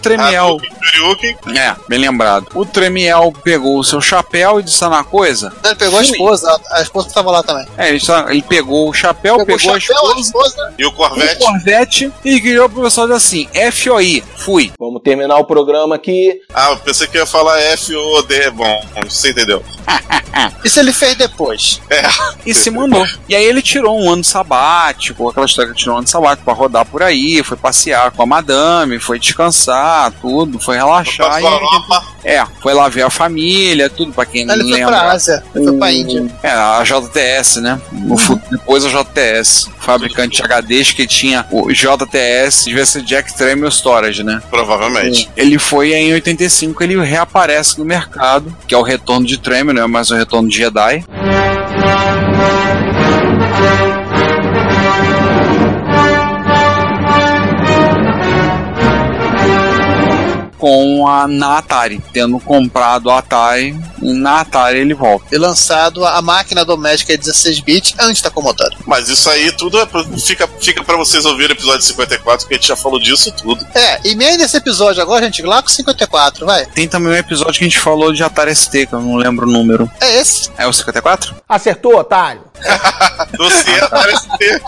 D: Tremiel.
C: Ryuken.
D: É, bem lembrado. O Tremiel pegou o seu chapéu e disse: Sabe uma coisa?
B: né, Ele pegou a
D: Fui.
B: esposa, a esposa tava lá também.
D: É, ele, só- ele pegou o chapéu, pegou,
B: o chapéu, a
D: a esposa,
B: esposa.
C: E o
D: o
C: Corvette.
D: Corvette e criou pro pessoal dizer assim: FOI, fui.
E: Vamos terminar o programa aqui.
C: Ah, eu pensei que ia falar F ou D. Bom, você entendeu.
B: Isso ele fez depois.
D: E se mandou. E aí ele tirou um ano sabático, aquela história que tirou um ano sabático pra rodar por aí, foi passear com a madame, foi descansar, tudo, foi relaxar.
C: Pra
D: E ele-
C: Europa,
D: é, foi lá ver a família, tudo, pra quem não
B: Ele foi pra
D: lembra.
B: Ásia, Uhum. ele foi pra Índia.
D: É, a JTS, né? No fu- Depois a JTS, fabricante de HDs que tinha o JTS, devia ser Jack Tramiel Storage, né?
C: provavelmente.
D: Ele foi aí em 85 ele reaparece no mercado, que é o retorno de Tremor, não é mais o retorno de Jedi. Com a na Atari, tendo comprado a Atari, e na Atari ele volta.
B: E lançado a máquina doméstica 16 bits antes da Commodore.
C: Mas isso aí tudo é pra- fica, fica pra vocês ouvirem o episódio 54, que a gente já falou disso tudo.
B: É, emenda esse episódio agora, gente, lá com 54, vai.
D: Tem também um episódio que a gente falou de Atari ST, que eu não lembro o número.
B: É esse.
D: É o 54?
E: Acertou, otário?
C: Você é Atari ST.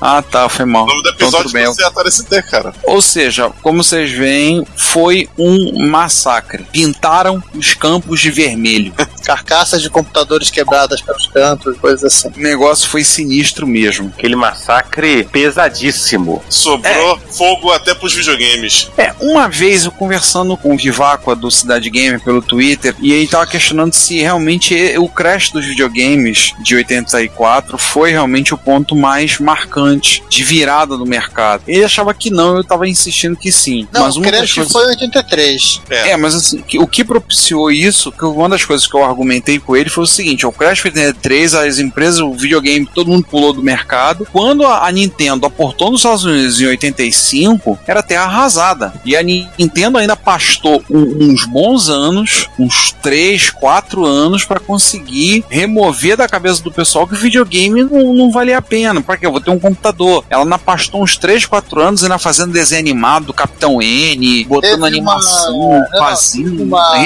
D: Ah tá, foi mal.
C: O nome do
D: Então, tudo
C: episódio
D: bem,
C: é
D: eu-
C: você é Atari ST, cara.
D: Ou seja, como vocês veem, foi um massacre. Pintaram os campos de vermelho.
B: Carcaças de computadores quebradas pelos cantos, coisas assim.
D: O negócio foi sinistro mesmo.
F: Aquele massacre pesadíssimo.
C: Sobrou fogo até pros videogames.
D: É, uma vez eu conversando com o Viváqua do Cidade Gamer pelo Twitter, e ele tava questionando se realmente e- o crash dos videogames de 84 foi realmente o ponto mais marcante de virada do mercado. Ele achava que não, eu tava insistindo que sim.
B: Não,
D: Mas
B: o
D: uma das
B: Crash
D: coisas-
B: foi em 83.
D: É, mas assim, que- o que propiciou isso, que uma das coisas que eu argumentei com ele foi o seguinte, o Crash 83, as empresas, o videogame, todo mundo pulou do mercado. Quando a, a Nintendo aportou nos Estados Unidos em 85, era terra arrasada. E a Ni- Nintendo ainda pastou um- uns bons anos, uns 3, 4 anos, pra conseguir remover da cabeça do pessoal que o videogame não, não valia a pena. Pra que eu vou ter um computador? Ela ainda pastou uns 3, 4 anos ainda fazendo desenho animado do Capitão N, botando
B: Teve uma-
D: animação, fazendo
B: uma-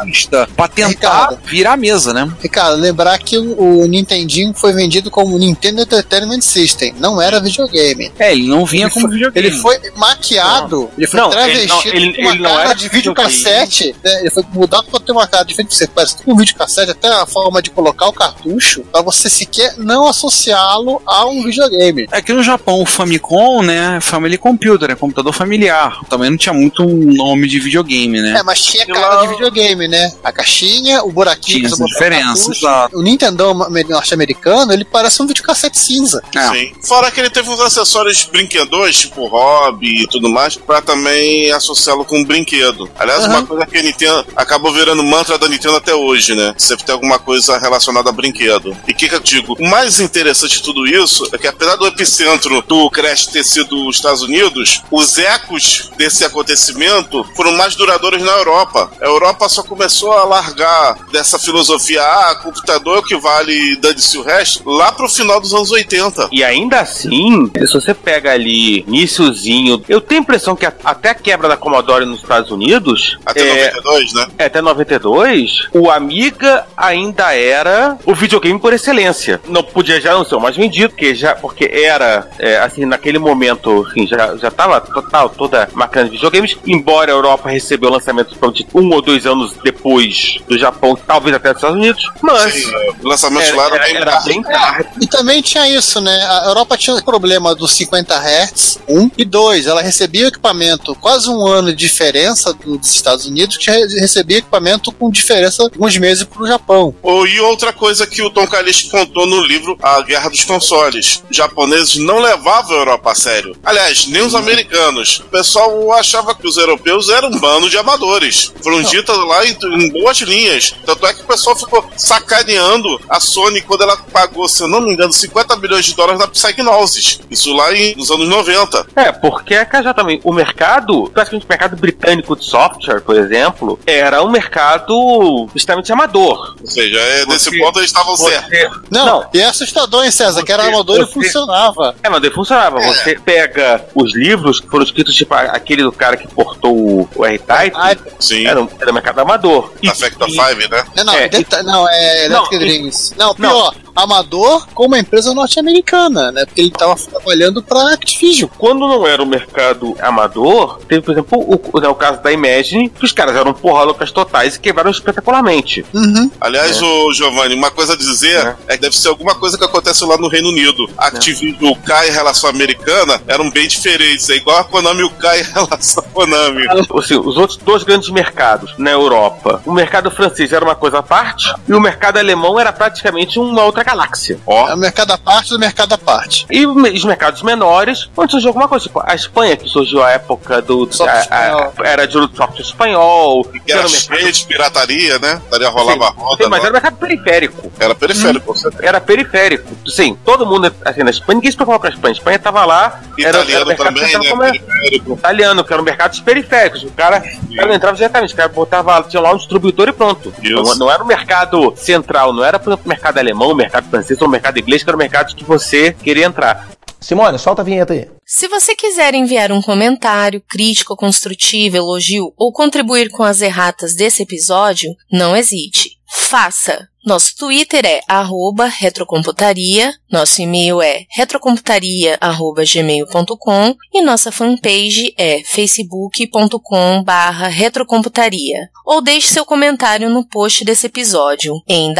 D: revista, pra tentar
B: Ricardo.
D: virar a mesa, né?
B: Ricardo, lembrar que o, o Nintendinho foi vendido como Nintendo Entertainment System, não era videogame.
D: É, ele não vinha como videogame.
B: Ele foi maquiado, ele foi
F: Não, ele
B: travestido
F: não- ele-
B: com uma
F: ele não
B: cara
F: era
B: de videocassete, né? ele foi mudado pra ter uma cara de videocassete, parece com um videocassete, até a forma de colocar o cartucho, pra você sequer não associá-lo a um videogame.
D: Aqui no Japão, o Famicom, né? Family Computer, é computador familiar. Também não tinha muito um nome de videogame, né?
B: É, mas tinha
C: E
B: cara
C: lá-
B: de videogame, né? A caixinha, o buraquinho
D: Tinha
B: que você
D: essa
B: botava o
D: diferença,
B: cartucho.
D: exato.
B: O Nintendão norte-americano, ele parece um videocassete cinza.
D: É.
C: Sim. Fora que ele teve uns acessórios brinquedos, tipo hobby e tudo mais, pra também associá-lo com um brinquedo. Aliás,
B: Aham.
C: uma coisa que a Nintendo acabou virando mantra da Nintendo até hoje, né? Sempre tem alguma coisa relacionada a brinquedo. E o que, que eu digo? O mais interessante de tudo isso é que, apesar do epicentro do Crash ter sido os Estados Unidos, os ecos desse acontecimento foram mais duradouros na Europa. A Europa só começou a largar dessa filosofia, ah, computador é o que vale, dane-se o resto, lá pro final dos anos 80.
F: E ainda assim, se você pega ali iníciozinho, eu tenho a impressão que a- até a quebra da Commodore nos Estados Unidos,
C: Até
F: é,
C: 92, né?
F: é, até 92, o Amiga ainda era o videogame por excelência. Não podia já não ser o mais vendido, porque, já, porque era, é, assim, naquele momento, enfim, já, já tava total, toda máquina de videogames, embora a Europa recebeu o lançamento de um ou dois anos depois do Japão, talvez até dos Estados Unidos, mas... é,
C: Sim, é, o lançamento
F: Era,
C: lá
F: era-
C: bem
F: era
C: tarde.
F: bem tarde.
B: E também tinha isso, né? A Europa tinha o problema dos 50 Hz, um, e dois, ela recebia equipamento quase um ano de diferença do- dos Estados Unidos, que re- recebia equipamento com diferença alguns meses pro Japão.
C: Ou- Oh, E outra coisa que o Tom Kalish contou no livro A Guerra dos Consoles. Os japoneses não levavam a Europa a sério. Aliás, nem os americanos. O pessoal achava que os europeus eram um bando de amadores. Foram ditas lá em, em boas linhas. Tanto é que o pessoal ficou sacaneando a Sony quando ela pagou, se eu não me engano, 50 bilhões de dólares na Psygnosis. Isso lá em- nos anos 90.
F: É, porque é que já também. O mercado, praticamente o mercado britânico de software, por exemplo, era um mercado extremamente amador.
C: Ou seja, é, desse
F: Você-
C: ponto eles estavam certos.
F: Você,
B: Não,
F: Não.
B: e é assustador, hein, César? que era
F: Você-
B: armadura e
F: você-
B: funcionava.
F: É, mas ele funcionava. Você pega os livros que foram escritos, tipo, a- aquele do cara que portou o, o R-Type.
B: Ah,
C: Sim.
F: Era, um- era mercado amador. E-
C: Da Factor
F: e-
C: 5, né?
B: Não, não,
F: É,
B: é, não, é
F: Não,
B: Electric
F: e-
B: Dreams. Não, pior, amador com uma empresa norte-americana, né? Porque ele tava trabalhando pra Activision.
F: Quando não era o mercado amador, teve, por exemplo, o, o- né, o caso da Imagine, que os caras eram porra loucas totais e quebraram espetacularmente.
B: Uhum.
C: Aliás, ô Giovanni, uma coisa a dizer é. que deve ser alguma coisa que acontece lá no Reino Unido. A Activision K em relação à americana eram bem diferentes. É igual a Konami o K em relação à Konami.
F: Assim, os outros dois grandes mercados na Europa. O mercado francês era uma coisa à parte e o mercado alemão era praticamente uma outra galáxia.
B: É o mercado à parte do mercado à parte.
F: E os mercados menores, onde surgiu alguma coisa. Tipo, a Espanha, que surgiu a época do.
B: Software
F: a- a-
B: espanhol.
F: era de software espanhol.
C: Que era
F: um mercado-
C: cheio de pirataria, né? Daria rolava a roda.
F: Sim, mas
C: lá.
F: era Uhum. um mercado periférico.
C: Era periférico, com certeza.
F: Era periférico. Sim, todo mundo, assim, na Espanha, ninguém se preocupava com a Espanha. A Espanha tava lá. Era, era o
C: Italiano
F: mercado é.
C: também,
F: que tava
C: né?
F: come-
C: Periférico.
F: italiano, que eram mercados periféricos. O cara, o cara não entrava diretamente, o cara botava, tinha lá um distribuidor e pronto.
C: Isso.
F: Não, não era o mercado central, não era por exemplo, o mercado alemão, o mercado francês ou o mercado inglês, que era o mercado que você queria entrar.
E: Simone, solta a vinheta aí.
I: Se você quiser enviar um comentário, crítica, construtiva, elogio ou contribuir com as erratas desse episódio, não hesite. Faça! Nosso Twitter é arroba retrocomputaria, nosso e-mail é retrocomputaria.gmail.com e nossa fanpage é facebook.com retrocomputaria. Ou deixe seu comentário no post desse episódio em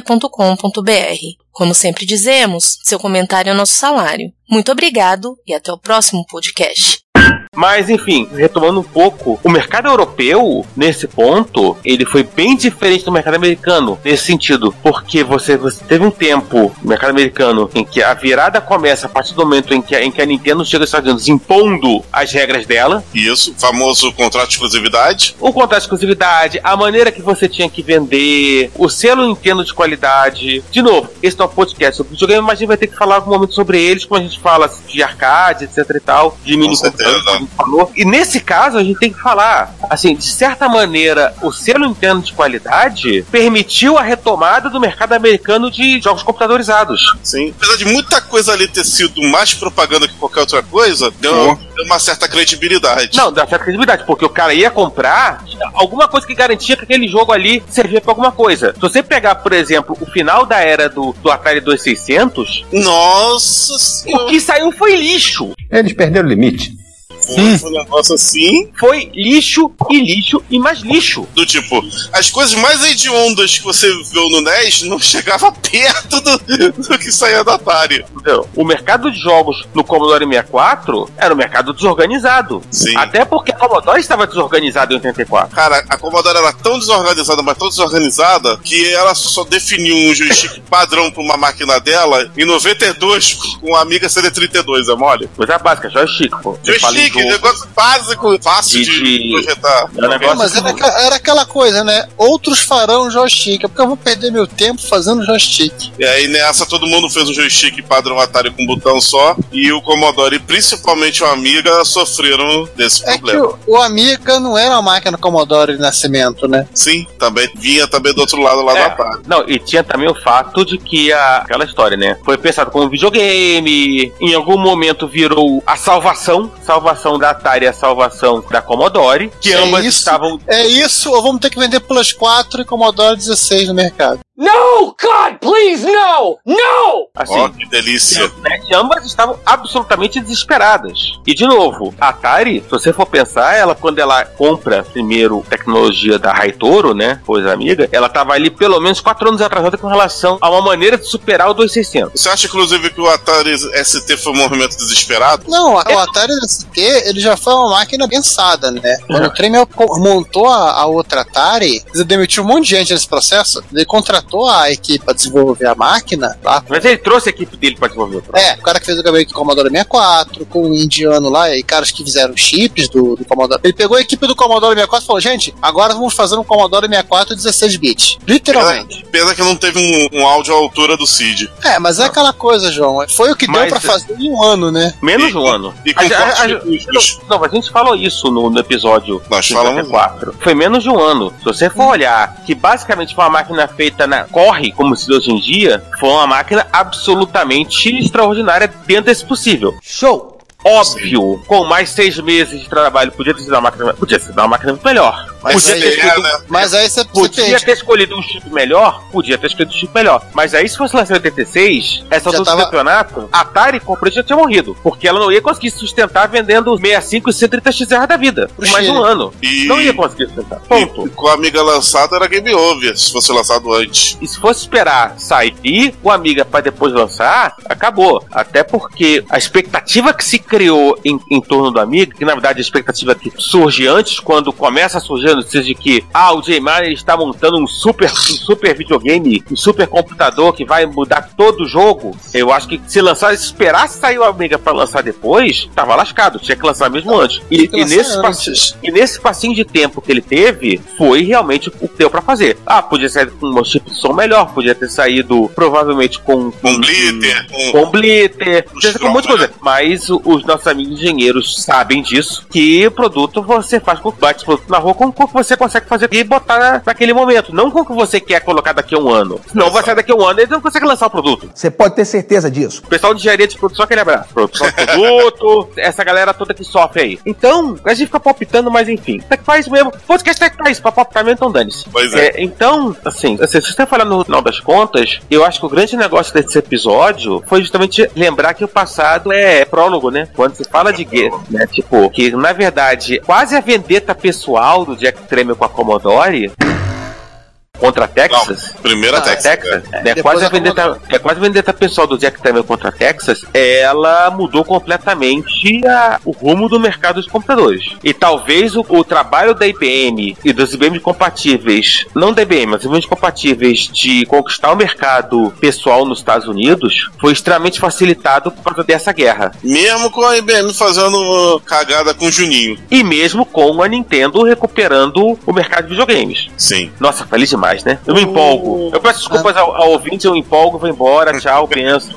I: www.retrocomputaria.com.br. Como sempre dizemos, seu comentário é nosso salário. Muito obrigado e até o próximo podcast.
F: Mas, enfim, retomando um pouco, o mercado europeu, nesse ponto, ele foi bem diferente do mercado americano, nesse sentido, porque você, você teve um tempo no mercado americano em que a virada começa a partir do momento em que, a- em que a Nintendo chega aos Estados Unidos impondo as regras dela,
C: Isso, famoso contrato de exclusividade.
F: o contrato de exclusividade, a maneira que você tinha que vender, o selo Nintendo de qualidade. De novo, esse não é um podcast sobre videogame, mas a gente vai ter que falar algum momento sobre eles, como a gente fala de arcade, etc e tal, de mini
C: certeza.
F: computador, falou. E nesse caso, a gente tem que falar, assim, de certa maneira, o selo Nintendo de qualidade permitiu a retomada do mercado americano de jogos computadorizados.
C: Sim. Apesar de muita coisa ali ter sido mais propaganda que qualquer outra coisa, deu, deu uma certa credibilidade.
F: Não, dá certa credibilidade, porque o cara ia comprar tinha alguma coisa que garantia que aquele jogo ali servia pra alguma coisa. Se você pegar, por exemplo, o final da era do, do Atari 2600,
C: Nossa
F: o
C: senhora,
F: que saiu foi lixo.
H: Eles perderam o limite.
F: Hum.
C: foi um negócio assim.
F: Foi lixo e lixo e mais lixo.
C: Do tipo, as coisas mais hediondas que você viu no NES não chegava [LAUGHS] perto do, do que saía da Atari.
F: Entendeu? O mercado de jogos no Commodore 64 era um mercado desorganizado.
C: Sim.
F: Até porque a Commodore estava desorganizada em 84.
C: Cara, a Commodore era tão desorganizada, mas tão desorganizada, que ela só definiu um joystick [LAUGHS] padrão pra uma máquina dela em 92 com a Amiga CD32, é mole?
F: Coisa básica, joystick, pô. Você fala em
C: Joystick, né?
F: jogo,
C: negócio básico, fácil
F: De-
C: de,
F: de-
C: projetar.
F: é um negócio
B: Mas era, aquela- era aquela coisa, né? Outros farão joystick. É porque eu vou perder meu tempo fazendo joystick.
C: E aí nessa todo mundo fez um joystick padrão Atari com um botão só, e o Commodore e principalmente o Amiga sofreram desse
B: É que
C: problema.
B: o, o Amiga não era uma máquina Commodore de nascimento, né?
C: Sim, também vinha também do outro lado lá
F: É.
C: da Atari.
F: Não, e tinha também o fato de que a- aquela história, né? Foi pensado como um videogame, em algum momento virou a salvação, salvação da Atari e a salvação da Commodore, que
B: É
F: ambas
B: isso.
F: estavam.
B: É isso, ou vamos ter que vender Plus 4 e Commodore 16 no mercado.
G: Oh,
A: No, God, please, no! No!
F: Assim,
C: Ó, que delícia.
F: né, que ambas estavam absolutamente desesperadas. E de novo, a Atari, se você for pensar, ela quando ela compra primeiro tecnologia da Raitoro, né, pois amiga, ela tava ali pelo menos quatro anos atrasada com relação a uma maneira de superar o 2600.
C: Você acha, inclusive, que o Atari ST foi um movimento desesperado?
B: Não, a- o Atari ST ele já foi uma máquina pensada, né? Quando o Tremel co- montou a, a outra Atari, ele demitiu um monte de gente nesse processo, ele contratou a equipe para desenvolver a máquina lá.
C: Ah.
F: Mas ele trouxe a equipe dele para desenvolver o
B: É, O cara que fez o gabinete do Commodore 64, com o indiano lá e caras que fizeram chips do, do Commodore. Ele pegou a equipe do Commodore 64 e falou: gente, agora vamos fazer um Commodore 64 16 bits. Literalmente.
C: Pena, pena que não teve um, um áudio à altura do Cid.
B: É, mas é aquela coisa, João. Foi o que deu
C: Mas-
B: pra fazer em um ano, né?
F: Menos um ano.
C: e com cortes
F: não, não, mas a gente falou isso no, no episódio
C: Nós falamos.
F: 54. Foi menos de um ano. Se você for olhar que basicamente foi uma máquina feita na corre, como se diz hoje em dia, foi uma máquina absolutamente extraordinária dentro desse possível.
E: Show!
F: Óbvio, com mais seis meses de trabalho, podia ter sido uma máquina, podia ter sido uma máquina muito melhor.
B: Mas
F: podia
B: aí-
F: ter escolhido-
B: é, né? Mas aí você- você
F: podia
B: perde.
F: ter escolhido um chip melhor, podia ter escolhido um chip melhor. Mas aí, se fosse lançado em 86, essa altura do campeonato, a Atari Corporation já tinha morrido. Porque ela não ia conseguir sustentar vendendo 65 e 130 XR da vida. Por mais um ano. Não ia conseguir sustentar. Ponto.
C: E com a amiga lançada era game over, se fosse lançado antes.
F: E se fosse esperar sair o Amiga para depois lançar, acabou. Até porque a expectativa que se criou em, em torno do Amiga, que na verdade é a expectativa que surge antes, quando começa a surgir a notícia de que ah, o J. Mayer está montando um super, um super videogame, um super computador que vai mudar todo o jogo, eu acho que se lançar, se esperar sair o Amiga para lançar depois, tava lascado. Tinha que lançar mesmo antes. E,
B: que
F: e
B: lançar
F: nesse
B: antes.
F: passi- e nesse passinho de tempo que ele teve, foi realmente o que deu pra fazer. Ah, podia sair com uma chip de som melhor, podia ter saído provavelmente com.
C: um
F: Com
C: glitter.
F: Com glitter, podia ser com um monte de coisa. Mas o- os nossos amigos engenheiros sabem disso, que o produto você faz com bate esse produto na rua com o que você consegue fazer e botar na- naquele momento, não com o que você quer colocar daqui a um ano. Senão vai sair daqui a um ano e eles não conseguem lançar o produto.
E: Você pode ter certeza disso.
F: O pessoal de engenharia tipo, de produção, aquele abraço. Produção de produto, [LAUGHS] essa galera toda que sofre aí. Então, a gente fica palpitando, mas enfim. Tech faz mesmo. Podcast Tech faz, pra palpitar mesmo, então dane-se.
C: Pois é.
F: Então, assim, assim, se você falar no final das contas, eu acho que o grande negócio desse episódio foi justamente lembrar que o passado é prólogo, né? Quando se fala de guerra, né? Tipo, que na verdade, quase a vendetta pessoal do Jack Tremel com a Commodore. Contra a Texas?
C: primeira
F: Texas. É,
C: Depois
F: quase a
C: a
F: vendetta, é quase a vendetta pessoal do Jack Tremel contra a Texas. Ela mudou completamente a- o rumo do mercado de computadores. E talvez o, o trabalho da IBM e dos IBM compatíveis, não da IBM, mas IBM compatíveis de conquistar o mercado pessoal nos Estados Unidos, foi extremamente facilitado por causa dessa guerra.
C: Mesmo com a IBM fazendo uh, cagada com o Juninho.
F: E mesmo com a Nintendo recuperando o mercado de videogames.
C: Sim.
F: Nossa, feliz demais, né? Eu me empolgo. Eu peço desculpas ao, ao ouvinte, eu me empolgo, vou embora, tchau, penso.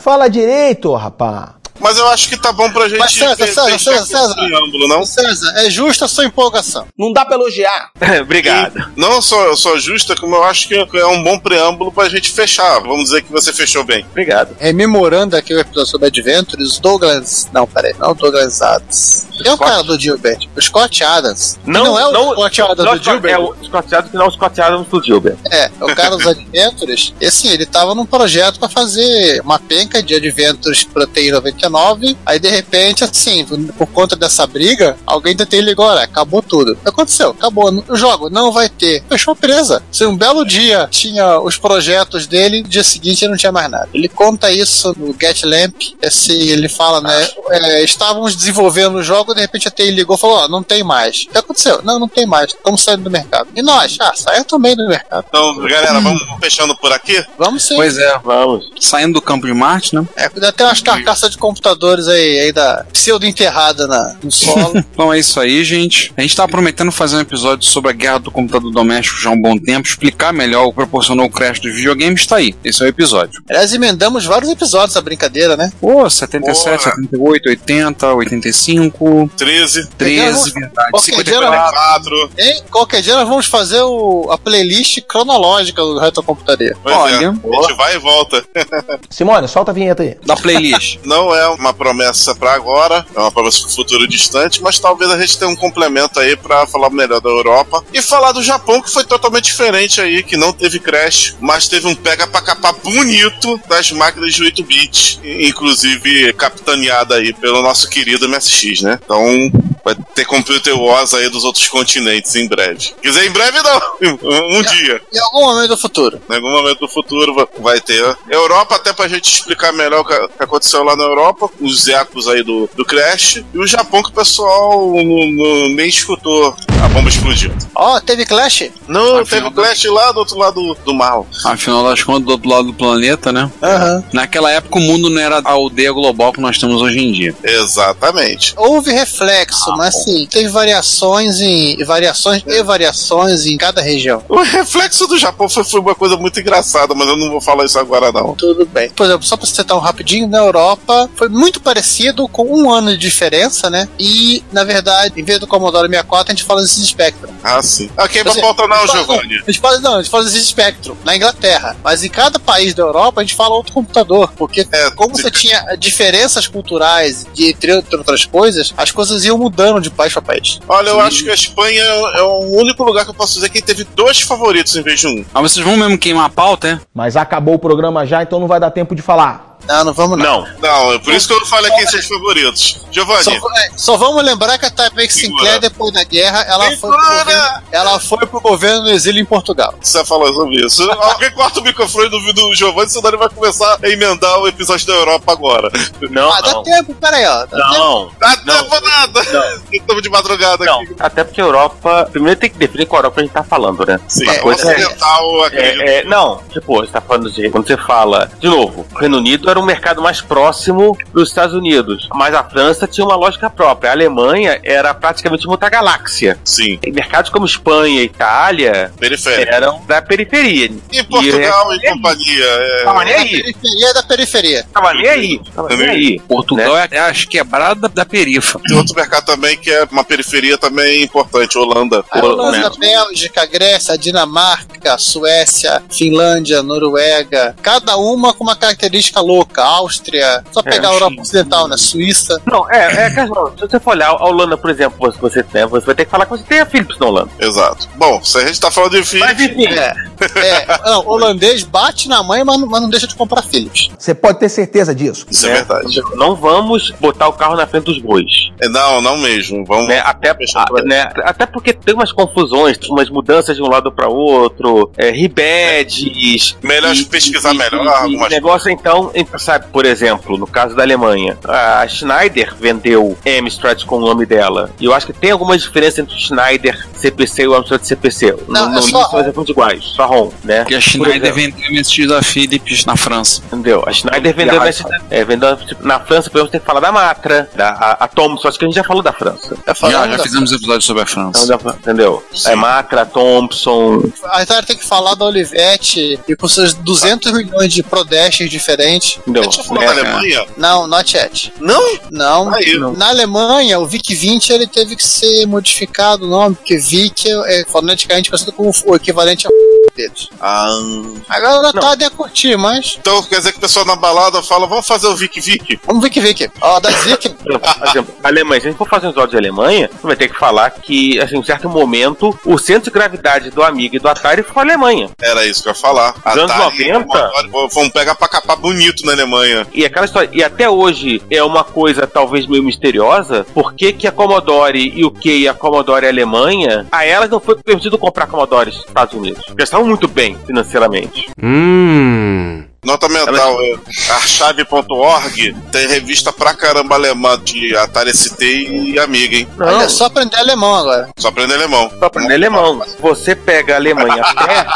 E: Fala direito, rapá.
C: Mas eu acho que tá bom pra gente.
B: Mas César,
C: fe-
B: César,
C: fechar
B: César,
C: com
B: César.
C: o Triângulo, não?
B: César, é justa a sua empolgação.
E: Não dá pra elogiar.
F: [LAUGHS] Obrigado.
C: Não só, só justa, como eu acho que é um bom preâmbulo pra gente fechar. Vamos dizer que você fechou bem.
F: Obrigado.
B: Rememorando É aqui o episódio sobre Adventures, Douglas. Não, peraí, não Douglas Adams. É o cara do Gilbert, o Scott Adams. que não é o Scott Adams
F: não,
B: do Gilbert.
F: É o Scott Adams, que não é o Scott Adams do Gilbert.
B: É, o cara dos Adventures, assim, ele tava num projeto pra fazer uma penca de Adventures pra TI 99, aí de repente, assim, por conta dessa briga, alguém da TI ligou, olha, acabou tudo. Aconteceu, acabou, n- o jogo não vai ter. Fechou a empresa. Assim, um belo dia tinha os projetos dele, no dia seguinte ele não tinha mais nada. Ele conta isso no Get Lamp, assim, ele fala, né, é, estávamos desenvolvendo o jogo, de repente a TI ligou e falou, ó, não tem mais. O que aconteceu? Não, não tem mais, estamos saindo do mercado. E nós? Ah, saiu também do mercado.
C: Então, galera, vamos fechando por aqui?
B: Vamos sim.
D: Pois é.
F: Vamos.
D: Saindo do campo de Marte, né?
B: É, ainda tem umas carcaças de computadores aí, ainda pseudo-enterrada na- no [LAUGHS] solo.
D: Então é isso aí, gente. A gente tava prometendo fazer um episódio sobre a guerra do computador doméstico já há um bom tempo, explicar melhor o que proporcionou o crash dos videogames, tá aí. Esse é o episódio.
B: Aliás, emendamos vários episódios da brincadeira, né?
D: Pô, 77, 78, 80, 85,
C: 13.
D: 13, verdade,
B: Qualquer dia, nós-
C: 54.
B: hein? Qualquer dia nós vamos fazer o- a playlist cronológica do Retrocomputaria.
C: Pois é, a gente vai e volta.
E: Simone, solta a vinheta aí.
D: da playlist.
C: Não é uma promessa pra agora, é uma promessa pro futuro distante, mas talvez a gente tenha um complemento aí pra falar melhor da Europa e falar do Japão, que foi totalmente diferente aí, que não teve crash, mas teve um pega pra capar bonito das máquinas de 8 bits, inclusive capitaneada aí pelo nosso querido MSX, né? Então, Vai ter Computer Wars aí dos outros continentes em breve. Quer dizer, em breve não. [LAUGHS] Um, um dia.
B: Em algum momento do futuro.
C: Em algum momento do futuro va- vai ter. ó. Europa, até pra gente explicar melhor o que o que aconteceu lá na Europa, os ecos aí do, do Crash, e o Japão que o pessoal não- não- nem escutou a bomba explodindo.
B: Ó, teve Clash?
C: Não,
D: Afinal,
C: teve o Clash lá do outro lado do mal.
D: [LAUGHS] Afinal das contas, do outro lado do planeta, né?
B: Aham.
D: Naquela época o mundo não era a aldeia global que nós temos hoje em dia.
C: Exatamente.
B: Houve reflexo, mas sim, teve variações em variações e variações em cada região.
C: O reflexo do Japão foi, foi uma coisa muito engraçada, mas eu não vou falar isso agora, não.
B: Tudo bem. Por exemplo, só pra citar um rapidinho, na Europa foi muito parecido, com um ano de diferença, né? E, na verdade, em vez do Commodore 64, a gente fala desse Spectrum.
C: Ah, sim. Ah, queima
B: Você-
C: a pauta não,
B: Não,
C: Giovanni.
B: A gente fala, não, a gente fala desse Spectrum, na Inglaterra. Mas em cada país da Europa, a gente fala outro computador, porque
C: É,
B: como você tinha diferenças culturais, de, entre outras coisas, as coisas iam mudando de país pra país.
C: Olha, eu acho que a Espanha é o único lugar que eu posso dizer que teve dois favoritos em vez de um.
D: Ah, vocês vão mesmo queimar a pauta, é?
E: Mas acabou o programa já, então não vai dar tempo de falar.
B: Não, não vamos não.
F: Não.
C: Não, é por isso que eu não falei aqui seus favoritos. Giovanni,
B: Só, é, só vamos lembrar que a Type X Sinclair,
C: Segura.
B: depois da guerra, ela foi, pro
C: Segura!
B: governo, ela foi pro governo no exílio em Portugal.
C: você falar sobre
F: [LAUGHS]
C: isso. Alguém corta o microfone do, do Giovanni, senão ele vai começar a emendar o episódio da Europa agora. Ah,
F: Não,
B: ah, dá
F: não.
B: tempo, peraí, ó. Dá tempo.
F: Não,
C: Dá tempo nada! [LAUGHS] Estamos de madrugada
F: não.
C: aqui.
F: Até porque a Europa. Primeiro tem que definir qual Europa a gente tá falando, né?
C: Sim,
F: Uma coisa é-
C: ocidental, acredito.
F: É, é, não, tipo, você tá falando de. Quando você fala. De novo, o Reino Unido era um mercado mais próximo dos Estados Unidos. Mas a França tinha uma lógica própria. A Alemanha era praticamente uma outra galáxia.
C: Sim,
F: E mercados como Espanha e Itália
B: É.
C: periférico.
F: eram da periferia.
C: E Portugal e,
F: é-
C: companhia. é-
F: Tava nem aí.
B: Periferia da periferia.
F: Tava nem aí. Tava nem aí.
D: Portugal é as quebradas da perifa.
C: Tem outro mercado também que é uma periferia também importante, Holanda.
F: Ah,
B: A Holanda,
F: menos.
B: Bélgica, Grécia, Dinamarca, Suécia, Finlândia, Noruega. Cada uma com uma característica louca. Áustria.
F: É,
B: Só pegar a Europa Ocidental, né? Suíça.
F: [LAUGHS] Não, é, é Carlão, se você for olhar a Holanda, por exemplo, você, você, né, você vai ter que falar que você tem a Philips na Holanda.
C: Exato. Bom, se a gente tá falando de filho,
F: Mas enfim,
B: É. é. Não, holandês bate na mãe, mas não, mas não deixa de comprar filhos.
E: Você pode ter certeza disso.
C: isso é
F: né,
C: verdade.
F: não vamos botar o carro na frente dos bois.
C: É, Não, não mesmo. Vamos.
F: Né, até,
C: Fechando
F: a-
C: pra-
F: né, até porque tem umas confusões, tem umas mudanças de um lado para outro, é, rebedes.
C: Melhor pesquisar melhor algumas
F: negócio, então, em- sabe, por exemplo, no caso da Alemanha, a Schneider vendeu Amstrad com o nome dela. E eu acho que tem alguma diferença entre o Schneider CPC e o Amstrad CPC.
B: Não,
F: Não,
B: é
F: não,
B: só-
F: não são exatamente iguais, só ROM, né?
D: Porque a
F: Por
D: Schneider
F: exemplo.
D: vendeu MSX da Philips na França.
F: Entendeu? A Schneider vendeu, na, é, vendeu tipo, na França, podemos ter que falar da Matra, da a, a Thomson, acho que a gente já falou da França.
B: É
D: Já,
B: falar-
D: já fizemos episódio sobre a
F: Então,
D: França.
F: da- entendeu? É Matra, Thompson.
B: A Itália tem que falar da Olivetti e com seus 200 milhões de prodestes diferentes.
F: Entendeu?
C: Deixa eu falar
F: Né,
C: da
F: cara?
C: Alemanha.
B: Não, not yet.
C: Não?
B: Não.
C: Aí, não.
B: Na Alemanha, o VIC-20 ele teve que ser modificado o nome, porque VIC é, é foneticamente conhecido como o equivalente a dedos.
C: Ah,
B: Agora a tarde é curtir, mas
C: então quer dizer que o pessoal na balada fala, vamos fazer o Vic Vic?
B: vamos VIC VIC. Ó, da
C: [LAUGHS]
B: VIC,
F: Por exemplo, a Alemanha, se a gente for fazer um episódio de Alemanha, vai ter que falar que, assim, em um certo momento, o centro de gravidade do Amiga e do Atari foi a Alemanha.
C: Era isso que eu ia falar.
F: anos
C: Atari,
F: 90?
C: Commodore, vão- Vão pegar pra capar bonito na Alemanha.
F: E aquela história, e até hoje é uma coisa talvez meio misteriosa, por que que a Commodore e o que e a Commodore Alemanha, a elas não foi permitido comprar Commodore nos Estados Unidos. Porque estavam muito bem financeiramente.
H: Hum.
C: Nota mental, é, archive.org tem revista pra caramba alemã de Atari ST e Amiga, hein?
F: Não,
B: olha, é só aprender alemão agora.
C: Só aprender alemão.
F: Só aprender é alemão. Você pega
C: [LAUGHS]
F: a Alemanha até,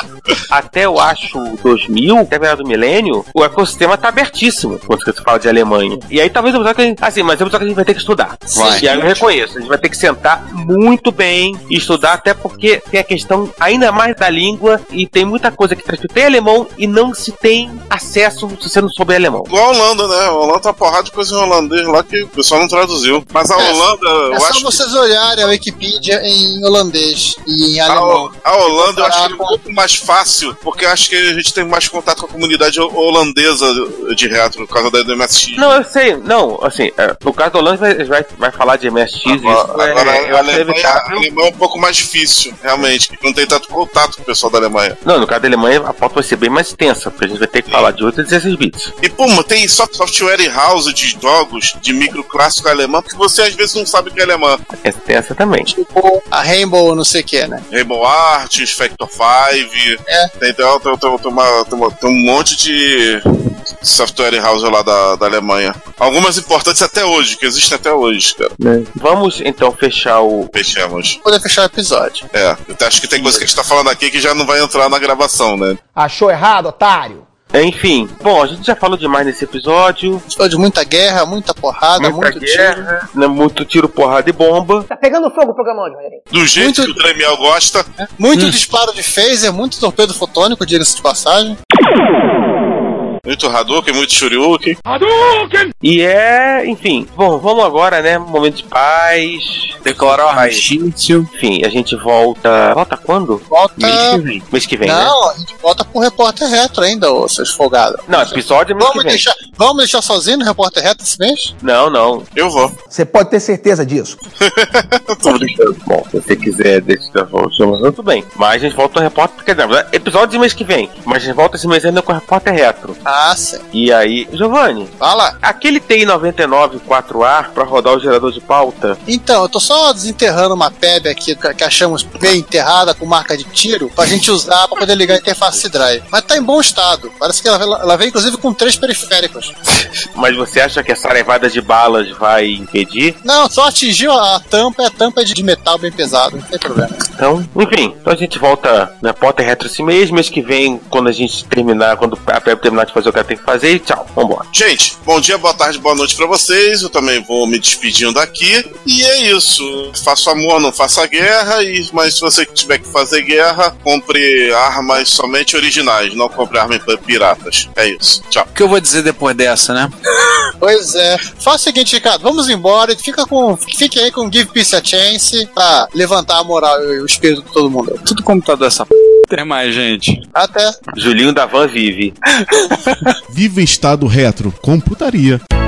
F: até eu acho 2000, até meio do milênio, o ecossistema tá abertíssimo quando você fala de Alemanha. E aí talvez é um episódio que a gente, assim, mas é um episódio que a gente vai ter que estudar.
C: Vai.
F: E aí eu reconheço, a gente vai ter que sentar muito bem e estudar, até porque tem a questão ainda mais da língua e tem muita coisa que transcrita em alemão e não se tem acesso se você não souber alemão.
C: Igual a Holanda, né? A Holanda tá porrada de coisa em holandês lá que o pessoal não traduziu. Mas a
B: É,
C: Holanda,
B: É
C: eu
B: só
C: acho. que-
B: vocês olharem a Wikipedia em holandês e em
C: A,
B: alemão.
C: Ho- a Holanda eu acho que é um pouco mais fácil, porque eu acho que a gente tem mais contato com a comunidade ho- holandesa de reto, por causa da do MSX.
F: Não, eu sei, não, assim, é, no caso da Holanda vai, vai, vai falar de MSX, isso
C: Agora, agora
F: é, eu
C: a,
F: acho
C: Alemanha, a
F: evitável.
C: Alemanha é um pouco mais difícil, realmente, que não tem tanto contato com o pessoal da Alemanha.
F: Não, no caso da Alemanha a pauta vai ser bem mais tensa, porque a gente vai ter que falar de 8 a 16 bits.
C: E puma, tem só software house de jogos de micro clássico alemão que você às vezes não sabe que é alemã.
F: Essa, tem essa também.
B: Tipo, a Rainbow, não sei o que, né?
C: Rainbow Arts, Factor 5.
B: É.
C: Tem, tem, tem, tem, tem uma- tem uma- tem um monte de software house lá da, da Alemanha. Algumas importantes até hoje, que existem até hoje, cara.
F: Vamos então fechar o.
C: Fechamos.
B: Poder fechar o episódio.
C: É, eu acho que tem coisa que a gente tá falando aqui que já não vai entrar na gravação, né?
E: Achou errado, otário?
F: Enfim, bom, a gente já falou demais nesse episódio.
B: Episódio de muita guerra, muita porrada,
F: Muita
B: muito tiro.
F: guerra, né, muito tiro, porrada e bomba.
G: Tá pegando fogo o programa hoje, Rogerinho.
C: Do jeito
B: Muito-
C: que o Dremiel gosta.
F: Hum.
B: Muito disparo de phaser, muito torpedo fotônico, diga-se de passagem.
C: Muito Hadouken, muito Shoryuken.
F: E é, enfim. Bom, vamos agora, né? Momento de paz.
D: Declarar o
F: Ai.
D: armistício.
F: Enfim, a gente volta. Volta quando?
B: Volta.
F: Mês que vem. Mês que vem, né?
B: Ah, Não, a gente volta pro repórter retro ainda, ô seus folgados.
F: Não, episódio é mês que
B: Vamos
F: vem.
B: deixar, vamos deixar sozinho no repórter reto esse mês?
F: Não, não.
C: Eu vou.
E: Você pode ter certeza disso.
C: Tô brincando.
F: Bom, se você quiser deixar o chama, tudo bem. Mas a gente volta com o repórter. Quer dizer, na verdade, episódio de mês que vem. Mas a gente volta esse mês ainda com o repórter retro.
B: Ah, sim.
F: E aí, Giovanni,
B: Fala.
F: aquele TI-99 4A pra rodar o gerador de pauta?
B: Então, eu tô só desenterrando uma PEB aqui que que achamos bem enterrada, com marca de tiro, pra gente usar pra poder ligar a interface drive. Mas tá em bom estado. Parece que ela, ela vem inclusive com três periféricos.
F: Mas você acha que essa levada de balas vai impedir?
B: Não, só atingiu a tampa e a tampa é de de metal bem pesado, não tem problema.
F: Então, enfim. Então a gente volta na pauta retro esse mês. Mês que vem, quando a gente terminar, quando a Pepe terminar de fazer o que ela tem que fazer. E tchau. Vambora.
C: Gente, bom dia, boa tarde, boa noite pra vocês. Eu também vou me despedindo daqui. E é isso. Faço amor, não faça guerra. E, mas se você tiver que fazer guerra, compre armas somente originais. Não compre armas piratas. É isso. Tchau.
D: O que eu vou dizer depois dessa, né?
B: Pois é. Faz o seguinte, Ricardo, vamos embora e fica com, fique aí com Give Peace a Chance pra levantar a moral e o espírito de todo mundo.
D: Tudo computador é essa p. Até mais, gente.
B: Até.
F: Julinho da Van vive.
J: Viva Estado Retro, computaria.